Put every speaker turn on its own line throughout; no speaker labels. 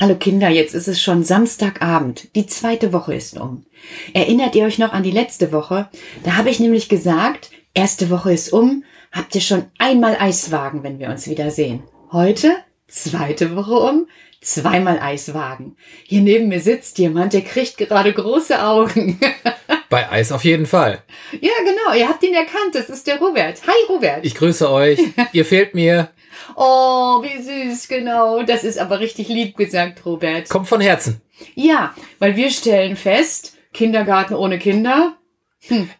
Hallo Kinder, jetzt ist es schon Samstagabend. Die zweite Woche ist um. Erinnert ihr euch noch an die letzte Woche? Da habe ich nämlich gesagt, erste Woche ist um, habt ihr schon einmal Eiswagen, wenn wir uns wiedersehen. Heute, zweite Woche um, zweimal Eiswagen. Hier neben mir sitzt jemand, der kriegt gerade große Augen.
Bei Eis auf jeden Fall.
ja, genau, ihr habt ihn erkannt, das ist der Robert. Hi Robert.
Ich grüße euch. Ihr fehlt mir.
Oh, wie süß, genau. Das ist aber richtig lieb gesagt, Robert.
Kommt von Herzen.
Ja, weil wir stellen fest, Kindergarten ohne Kinder?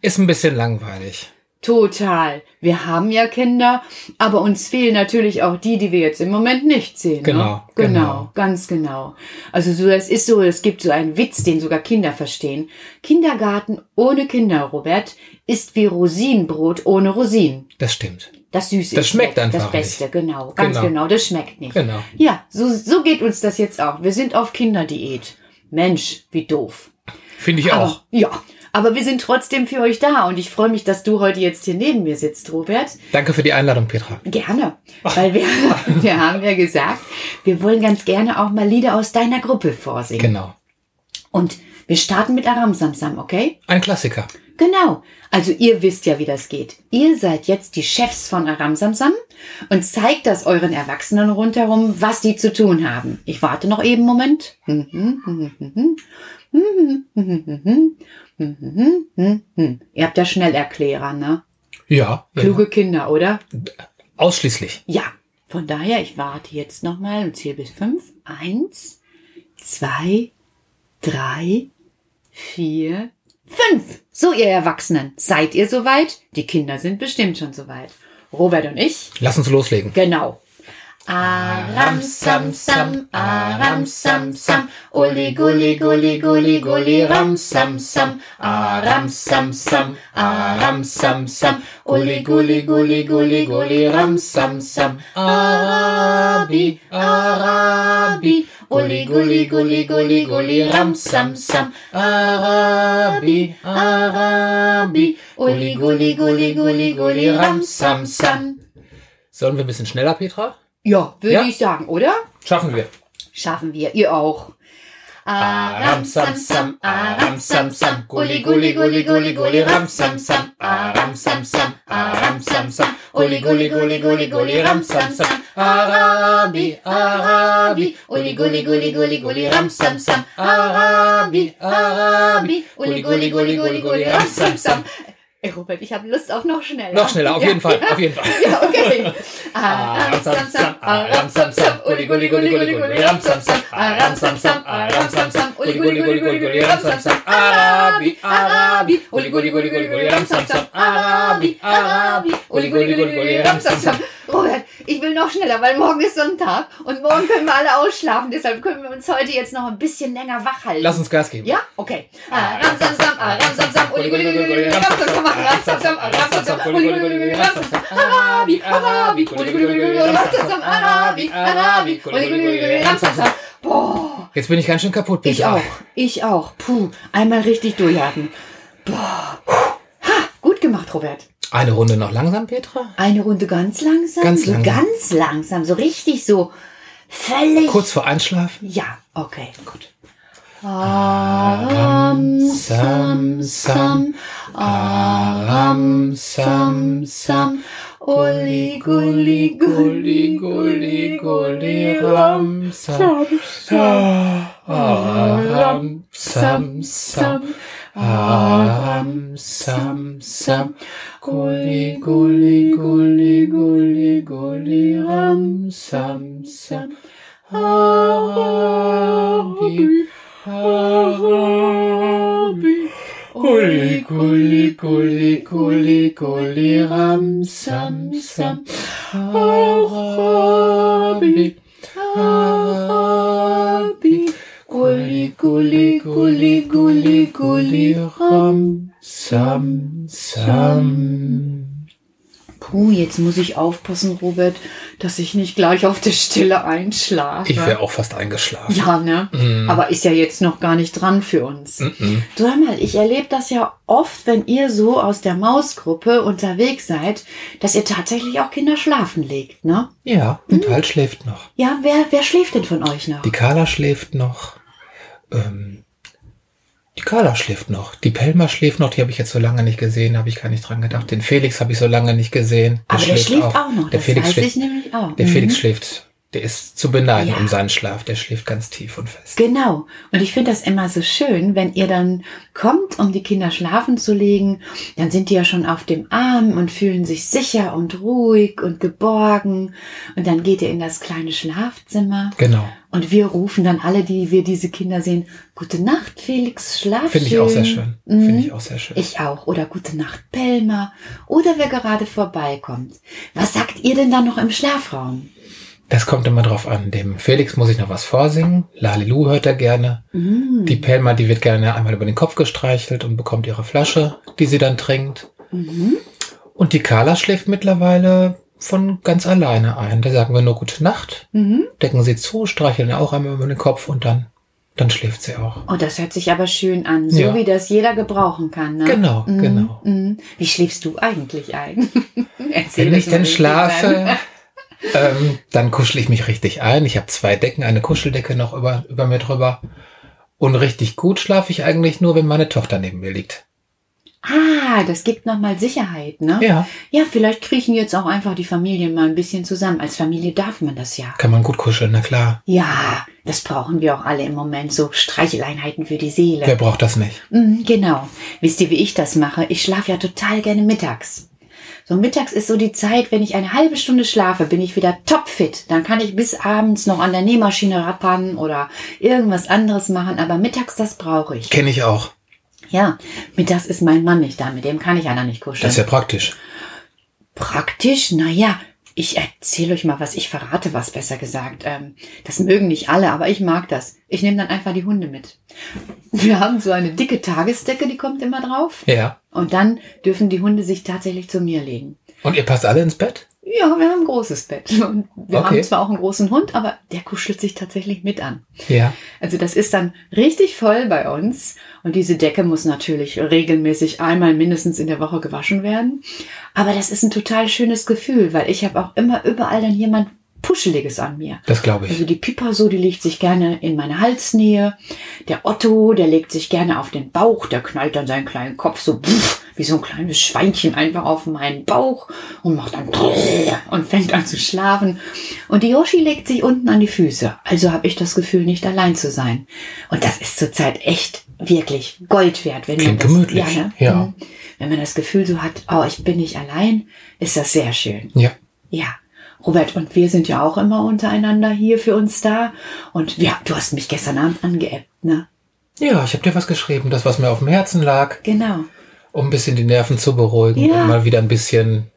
Ist ein bisschen langweilig.
Total. Wir haben ja Kinder, aber uns fehlen natürlich auch die, die wir jetzt im Moment nicht sehen.
Genau,
Ne? Genau,
genau.
ganz genau. Also so, das ist so, es gibt so einen Witz, den sogar Kinder verstehen. Kindergarten ohne Kinder, Robert, ist wie Rosinenbrot ohne Rosinen.
Das stimmt.
Das Süße.
Das
ist
schmeckt
das,
einfach
Das Beste, genau. Ganz
Genau.
genau. das schmeckt nicht.
Genau.
Ja, so, so geht uns das jetzt auch. Wir sind auf Kinderdiät. Mensch, wie doof.
Finde ich
Aber-
auch.
Ja, aber wir sind trotzdem für euch da und ich freue mich, dass du heute jetzt hier neben mir sitzt, Robert.
Danke für die Einladung, Petra.
Gerne, weil wir, wir haben ja gesagt, wir wollen ganz gerne auch mal Lieder aus deiner Gruppe vorsingen.
Genau.
Und wir starten mit Aram Samsam, okay?
Ein Klassiker.
Genau. Also ihr wisst ja, wie das geht. Ihr seid jetzt die Chefs von Aram Samsam und zeigt das euren Erwachsenen rundherum, was die zu tun haben. Ich warte noch eben einen Moment. Ihr habt ja Schnellerklärer, ne?
Ja. ja.
Kluge Kinder, oder?
Ausschließlich.
Ja. Von daher, ich warte jetzt nochmal und zähle bis fünf. Eins, zwei, drei, vier, fünf. So, ihr Erwachsenen, seid ihr soweit? Die Kinder sind bestimmt schon soweit. Robert und ich?
Lass uns loslegen.
Genau. Aram sam sam, aram sam sam, uli guli guli guli guli ram sam sam, aram sam sam, aram sam sam, uli guli guli guli guli ram sam sam, Arabi, Arabi, uli guli guli guli guli ram sam sam, Arabi, Arabi, uli guli guli guli guli ram sam sam.
Sollen wir ein bisschen schneller, Petra?
Ja, würde
Ja?
ich sagen, oder?
Schaffen wir.
Schaffen wir, ihr auch.
Aram Ah, sam sam, aram sam sam, guli guli guli guli guli ram sam sam, aram sam sam, aram sam sam, guli guli guli guli guli ram sam ah, sam, Arabi, Arabi, guli guli guli guli guli ram sam sam, ah, Arabi, Arabi, guli guli guli guli guli ram sam sam.
Ey, Robert, ich habe Lust auf noch schneller.
Noch schneller, auf
Ja,
jeden Fall. Auf jeden Fall.
Ja, okay. Ah,
Aram Ah, sam sam, aram sam sam, guli guli guli guli guli ram sam sam,
Ah,
aram sam sam, aram sam sam, guli guli guli guli guli ram sam sam, Arabi, Arabi, guli guli guli guli guli ram sam sam, Arabi, Arabi, guli guli guli guli ram sam sam.
Robert, Oh, ich will noch schneller, weil morgen ist Sonntag und morgen können wir alle ausschlafen. Deshalb können wir uns heute jetzt noch ein bisschen länger wach halten.
Lass uns Gas geben.
Ja, okay. Ah,
Aram sam sam, aram sam sam, guli guli guli guli ram sam sam, aram sam sam, aram sam sam, guli guli guli guli ram sam sam, Arabi, Arabi, guli guli guli guli ram sam sam, Arabi, Arabi, guli guli guli guli ram sam sam.
Boah.
Jetzt bin ich ganz schön kaputt,
Ich
Petra.
auch, ich auch. Puh, einmal richtig durchhaken. Boah. Ha, gut gemacht, Robert.
Eine Runde noch langsam, Petra?
Eine Runde ganz langsam.
Ganz
so
langsam.
Ganz langsam, so richtig so völlig.
Kurz vor Einschlafen?
Ja, okay. Gut.
Aram, sam, sam. Aram, sam, sam.
Uli, guli,
Gulli, gulli, gulli, ram, sam, ram, sam, sam, ram, sam, sam, gulli, gulli, gulli, gulli, gulli, ram, sam, sam, Arabi, Arabi, gulli, gulli, gulli, gulli, gulli, ram, sam, sam, Arabi, Arabi, gulli, gulli, gulli, gulli, gulli, ram, sam, sam.
Puh, jetzt muss ich aufpassen, Robert, dass ich nicht gleich auf der Stelle einschlafe.
Ich wäre auch fast eingeschlafen.
ja, ne?
Mm.
Aber ist ja jetzt noch gar nicht dran für uns.
Mm-mm.
Du hör mal, ich erlebe das ja oft, wenn ihr so aus der Mausgruppe unterwegs seid, dass ihr tatsächlich auch Kinder schlafen legt, ne?
Ja, ein Teil schläft noch.
Ja, wer, wer schläft denn von euch noch?
Die Carla schläft noch. Ähm, die Carla schläft noch. Die Pelma schläft noch. Die habe ich jetzt so lange nicht gesehen. Habe ich gar nicht dran gedacht. Den Felix habe ich so lange nicht gesehen.
Aber der schläft auch noch,
Der
das
Felix
weiß
schläft.
ich nämlich auch.
Der
Mhm.
Felix schläft. Der ist zu beneiden
Ja.
um seinen Schlaf. Der schläft ganz tief und fest.
Genau. Und ich finde das immer so schön, wenn ihr dann kommt, um die Kinder schlafen zu legen, dann sind die ja schon auf dem Arm und fühlen sich sicher und ruhig und geborgen. Und dann geht ihr in das kleine Schlafzimmer.
Genau.
Und wir rufen dann alle, die wir diese Kinder sehen, Gute Nacht, Felix, schlaf
Finde ich
schön.
auch sehr schön.
Mhm.
Finde ich auch sehr schön.
Ich auch. Oder Gute Nacht, Pelma. Oder wer gerade vorbeikommt. Was sagt ihr denn da noch im Schlafraum?
Das kommt immer drauf an. Dem Felix muss ich noch was vorsingen. Lalilu hört er gerne.
Mhm.
Die Pelma, die wird gerne einmal über den Kopf gestreichelt und bekommt ihre Flasche, die sie dann trinkt.
Mhm.
Und die Carla schläft mittlerweile von ganz alleine ein. Da sagen wir nur Gute Nacht,
Mhm.
decken sie zu, streicheln ihr auch einmal über den Kopf und dann, dann schläft sie auch.
Oh, das hört sich aber schön an. So
Ja.
wie das jeder gebrauchen kann. Ne?
Genau,
Mhm.
genau.
Mhm. Wie schläfst du eigentlich ein? Erzähl
Wenn
das
ich
mal
denn
richtig
schlafe,
an.
ähm, dann kuschel ich mich richtig ein. Ich habe zwei Decken, eine Kuscheldecke noch über, über mir drüber. Und richtig gut schlafe ich eigentlich nur, wenn meine Tochter neben mir liegt.
Ah, das gibt nochmal Sicherheit, ne?
Ja,
Ja, vielleicht kriechen jetzt auch einfach die Familien mal ein bisschen zusammen. Als Familie darf man das ja.
kann man gut kuscheln, na klar.
Ja, das brauchen wir auch alle im Moment, so Streicheleinheiten für die Seele.
Wer braucht das nicht?
Mhm, genau. Wisst ihr, wie ich das mache? Ich schlafe ja total gerne mittags. So mittags ist so die Zeit, wenn ich eine halbe Stunde schlafe, bin ich wieder topfit. Dann kann ich bis abends noch an der Nähmaschine rappern oder irgendwas anderes machen, aber mittags das brauche ich.
Kenne ich auch.
Ja, mittags ist mein Mann nicht da, mit dem kann ich ja noch nicht kuscheln.
Das ist ja praktisch.
Praktisch? Naja, ich erzähle euch mal was. Ich verrate was, besser gesagt. Ähm, das mögen nicht alle, aber ich mag das. Ich nehme dann einfach die Hunde mit. Wir haben so eine dicke Tagesdecke, die kommt immer drauf.
Ja.
Und dann dürfen die Hunde sich tatsächlich zu mir legen.
Und ihr passt alle ins Bett?
Ja, wir haben ein großes Bett. Und wir
Okay.
haben zwar auch einen großen Hund, aber der kuschelt sich tatsächlich mit an.
Ja.
Also das ist dann richtig voll bei uns. Und diese Decke muss natürlich regelmäßig einmal mindestens in der Woche gewaschen werden. Aber das ist ein total schönes Gefühl, weil ich habe auch immer überall dann jemand Puscheliges an mir.
Das glaube ich.
Also die Pipa so, die legt sich gerne in meine Halsnähe. Der Otto, der legt sich gerne auf den Bauch, der knallt dann seinen kleinen Kopf so pff, wie so ein kleines Schweinchen einfach auf meinen Bauch und macht dann und fängt an zu schlafen. Und die Yoshi legt sich unten an die Füße. Also habe ich das Gefühl, nicht allein zu sein. Und das ist zurzeit echt wirklich Gold wert, wenn man
Klingt
das,
gemütlich,
ne?
ja.
Mhm. Wenn man das Gefühl so hat, oh, ich bin nicht allein, ist das sehr schön.
Ja.
Ja, Robert und wir sind ja auch immer untereinander hier für uns da. Und ja, du hast mich gestern Abend angeäppt, ne?
Ja, ich habe dir was geschrieben, das, was mir auf dem Herzen lag,
Genau.
um ein bisschen die Nerven zu beruhigen
Ja.
und mal wieder ein bisschen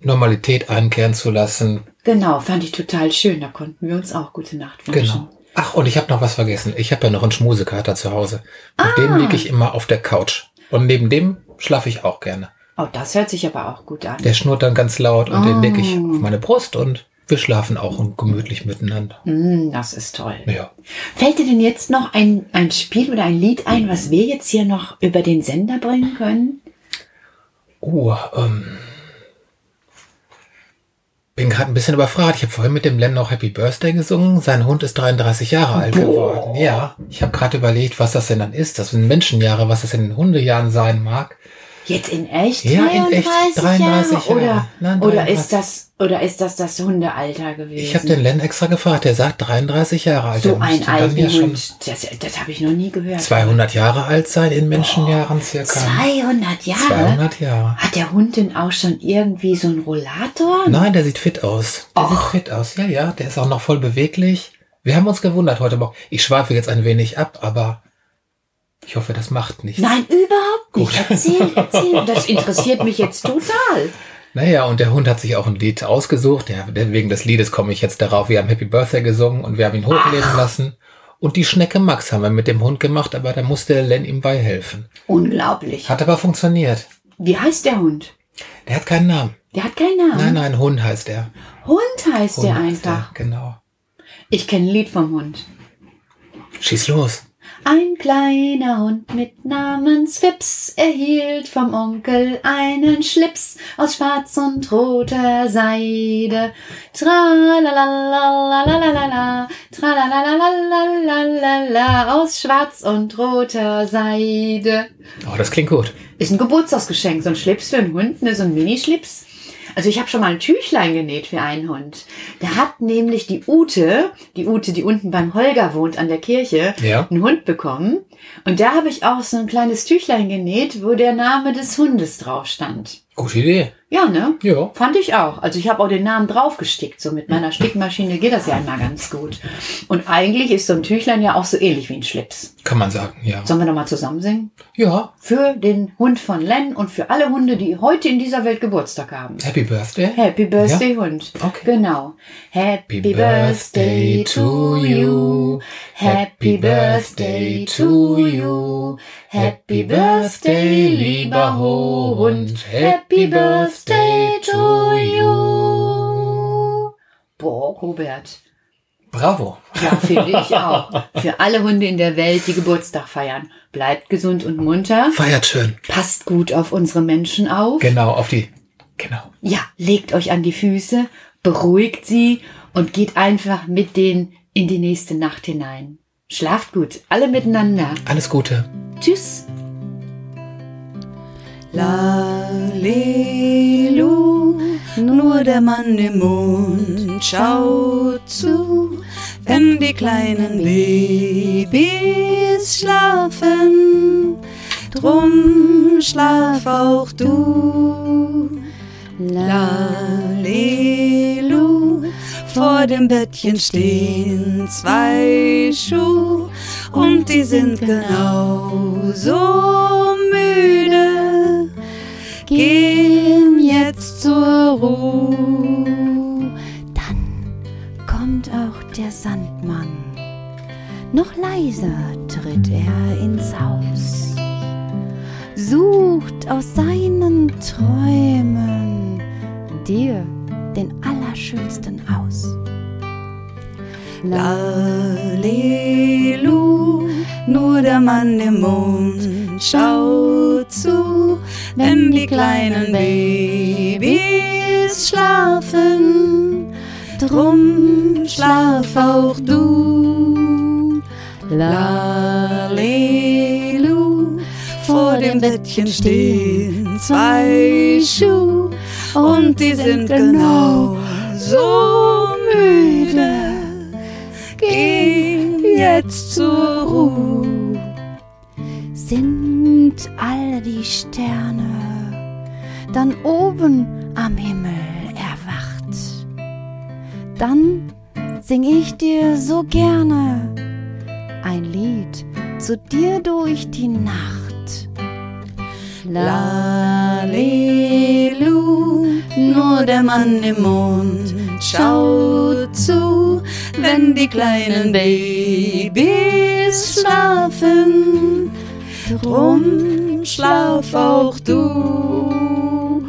Normalität einkehren zu lassen.
Genau, fand ich total schön. Da konnten wir uns auch gute Nacht wünschen.
Genau. Ach, und ich habe noch was vergessen. Ich habe ja noch einen Schmusekater zu Hause. Mit dem liege ich immer auf der Couch. Und neben dem schlafe ich auch gerne.
Oh, das hört sich aber auch gut an.
Der schnurrt dann ganz laut und den lege ich
Ah.
auf meine Brust und wir schlafen auch und gemütlich miteinander.
Hm, das ist toll.
Ja.
Fällt dir denn jetzt noch ein, ein Spiel oder ein Lied ein, was wir jetzt hier noch über den Sender bringen können?
Oh, ähm. Bin gerade ein bisschen überfragt. Ich habe vorhin mit dem Len noch Happy Birthday gesungen. Sein Hund ist 33 Jahre alt geworden. Ja, ich habe gerade überlegt, was das denn dann ist. Das sind Menschenjahre, was das in den Hundejahren sein mag.
Jetzt in echt?
Ja, in echt. 33 Jahre.
Oder,
Nein,
oder,
33.
ist das, oder ist das das Hundealter gewesen?
Ich habe den Len extra gefragt. Der sagt 33 Jahre alt.
So
Der
ein
müsste dann
alten
ja schon
Hund. Das, das habe ich noch nie gehört.
200 Jahre alt sein in Menschenjahren circa.
200 Oh, Jahre?
200 Jahre.
Hat der Hund denn auch schon irgendwie so einen Rollator?
Nein, der sieht fit aus. Der
Och.
sieht fit aus. Ja, ja, der ist auch noch voll beweglich. Wir haben uns gewundert heute Morgen. Ich schweife jetzt ein wenig ab, aber ich hoffe, das macht nichts.
Nein, überhaupt nicht.
Gut.
Erzähl, erzähl. Das interessiert mich jetzt total.
Naja, und der Hund hat sich auch ein Lied ausgesucht. Ja, wegen des Liedes komme ich jetzt darauf. Wir haben Happy Birthday gesungen und wir haben ihn hochleben lassen. Und die Schnecke Max haben wir mit dem Hund gemacht, aber da musste Len ihm beihelfen.
Unglaublich.
Hat aber funktioniert.
Wie heißt der Hund?
Der hat keinen Namen.
Der hat keinen Namen.
Nein, nein, Hund heißt er.
Hund heißt
Hund
der
heißt er,
einfach.
Genau.
Ich kenne ein Lied vom Hund.
Schieß los.
Ein kleiner Hund mit Namen Swips erhielt vom Onkel einen Schlips aus schwarz und roter Seide. Tralalalalalalala, tralalalalalalala, aus schwarz und roter Seide.
Oh, das klingt gut.
Ist ein Geburtstagsgeschenk, so ein Schlips für einen Hund, ne, so ein Minischlips. Also ich habe schon mal ein Tüchlein genäht für einen Hund. Der hat nämlich die Ute, die Ute, die unten beim Holger wohnt an der Kirche,
Ja.
einen Hund bekommen. Und da habe ich auch so ein kleines Tüchlein genäht, wo der Name des Hundes drauf stand.
Gute Idee.
Ja, ne?
Ja.
Fand ich auch. Also ich habe auch den Namen draufgestickt. So mit meiner Stickmaschine geht das ja immer ganz gut. Und eigentlich ist so ein Tüchlein ja auch so ähnlich wie ein Schlips.
Kann man sagen, ja.
Sollen wir nochmal zusammen singen?
Ja.
Für den Hund von Len und für alle Hunde, die heute in dieser Welt Geburtstag haben.
Happy Birthday.
Happy Birthday Hund.
Okay.
Genau. Happy
Happy
Birthday to you. Happy Birthday to you. Happy Birthday, lieber Hund. Happy Birthday to you. Boah, Robert.
Bravo.
Ja, finde ich auch. Für alle Hunde in der Welt, die Geburtstag feiern. Bleibt gesund und munter.
Feiert schön.
Passt gut auf unsere Menschen auf.
Genau, auf die. Genau.
Ja, legt euch an die Füße, beruhigt sie und geht einfach mit denen in die nächste Nacht hinein. Schlaft gut, alle miteinander.
Alles Gute.
Tschüss.
Lalelu, nur der Mann im Mond schaut zu, wenn die kleinen Babys schlafen. Drum schlaf auch du. Lalelu, vor dem Bettchen stehen zwei Schuh und die sind genauso müde gehen jetzt zur Ruhe.
Dann kommt auch der Sandmann. Noch leiser tritt er ins Haus, sucht aus seinen Träumen dir den Allerschönsten aus.
Lalelu, nur der Mann im Mond schaut zu, wenn die kleinen Babys schlafen. Drum schlaf auch du. Lalelu, vor dem Bettchen stehen zwei Schuh und die sind genau so müde. Gehen jetzt zur Ruhe.
Sind alle die Sterne dann oben am Himmel erwacht, dann sing ich dir so gerne ein Lied zu dir durch die Nacht.
Lalelu, nur der Mann im Mond schaut zu, wenn die kleinen Babys schlafen. Drum schlaf auch du.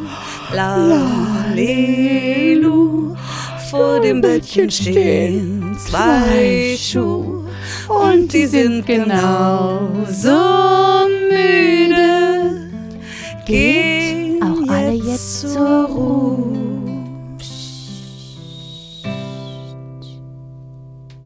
Lalelu, vor dem Bettchen stehen zwei Schuhe und die sind genau genauso müde. Gehen
Auch alle jetzt zur Ruhe.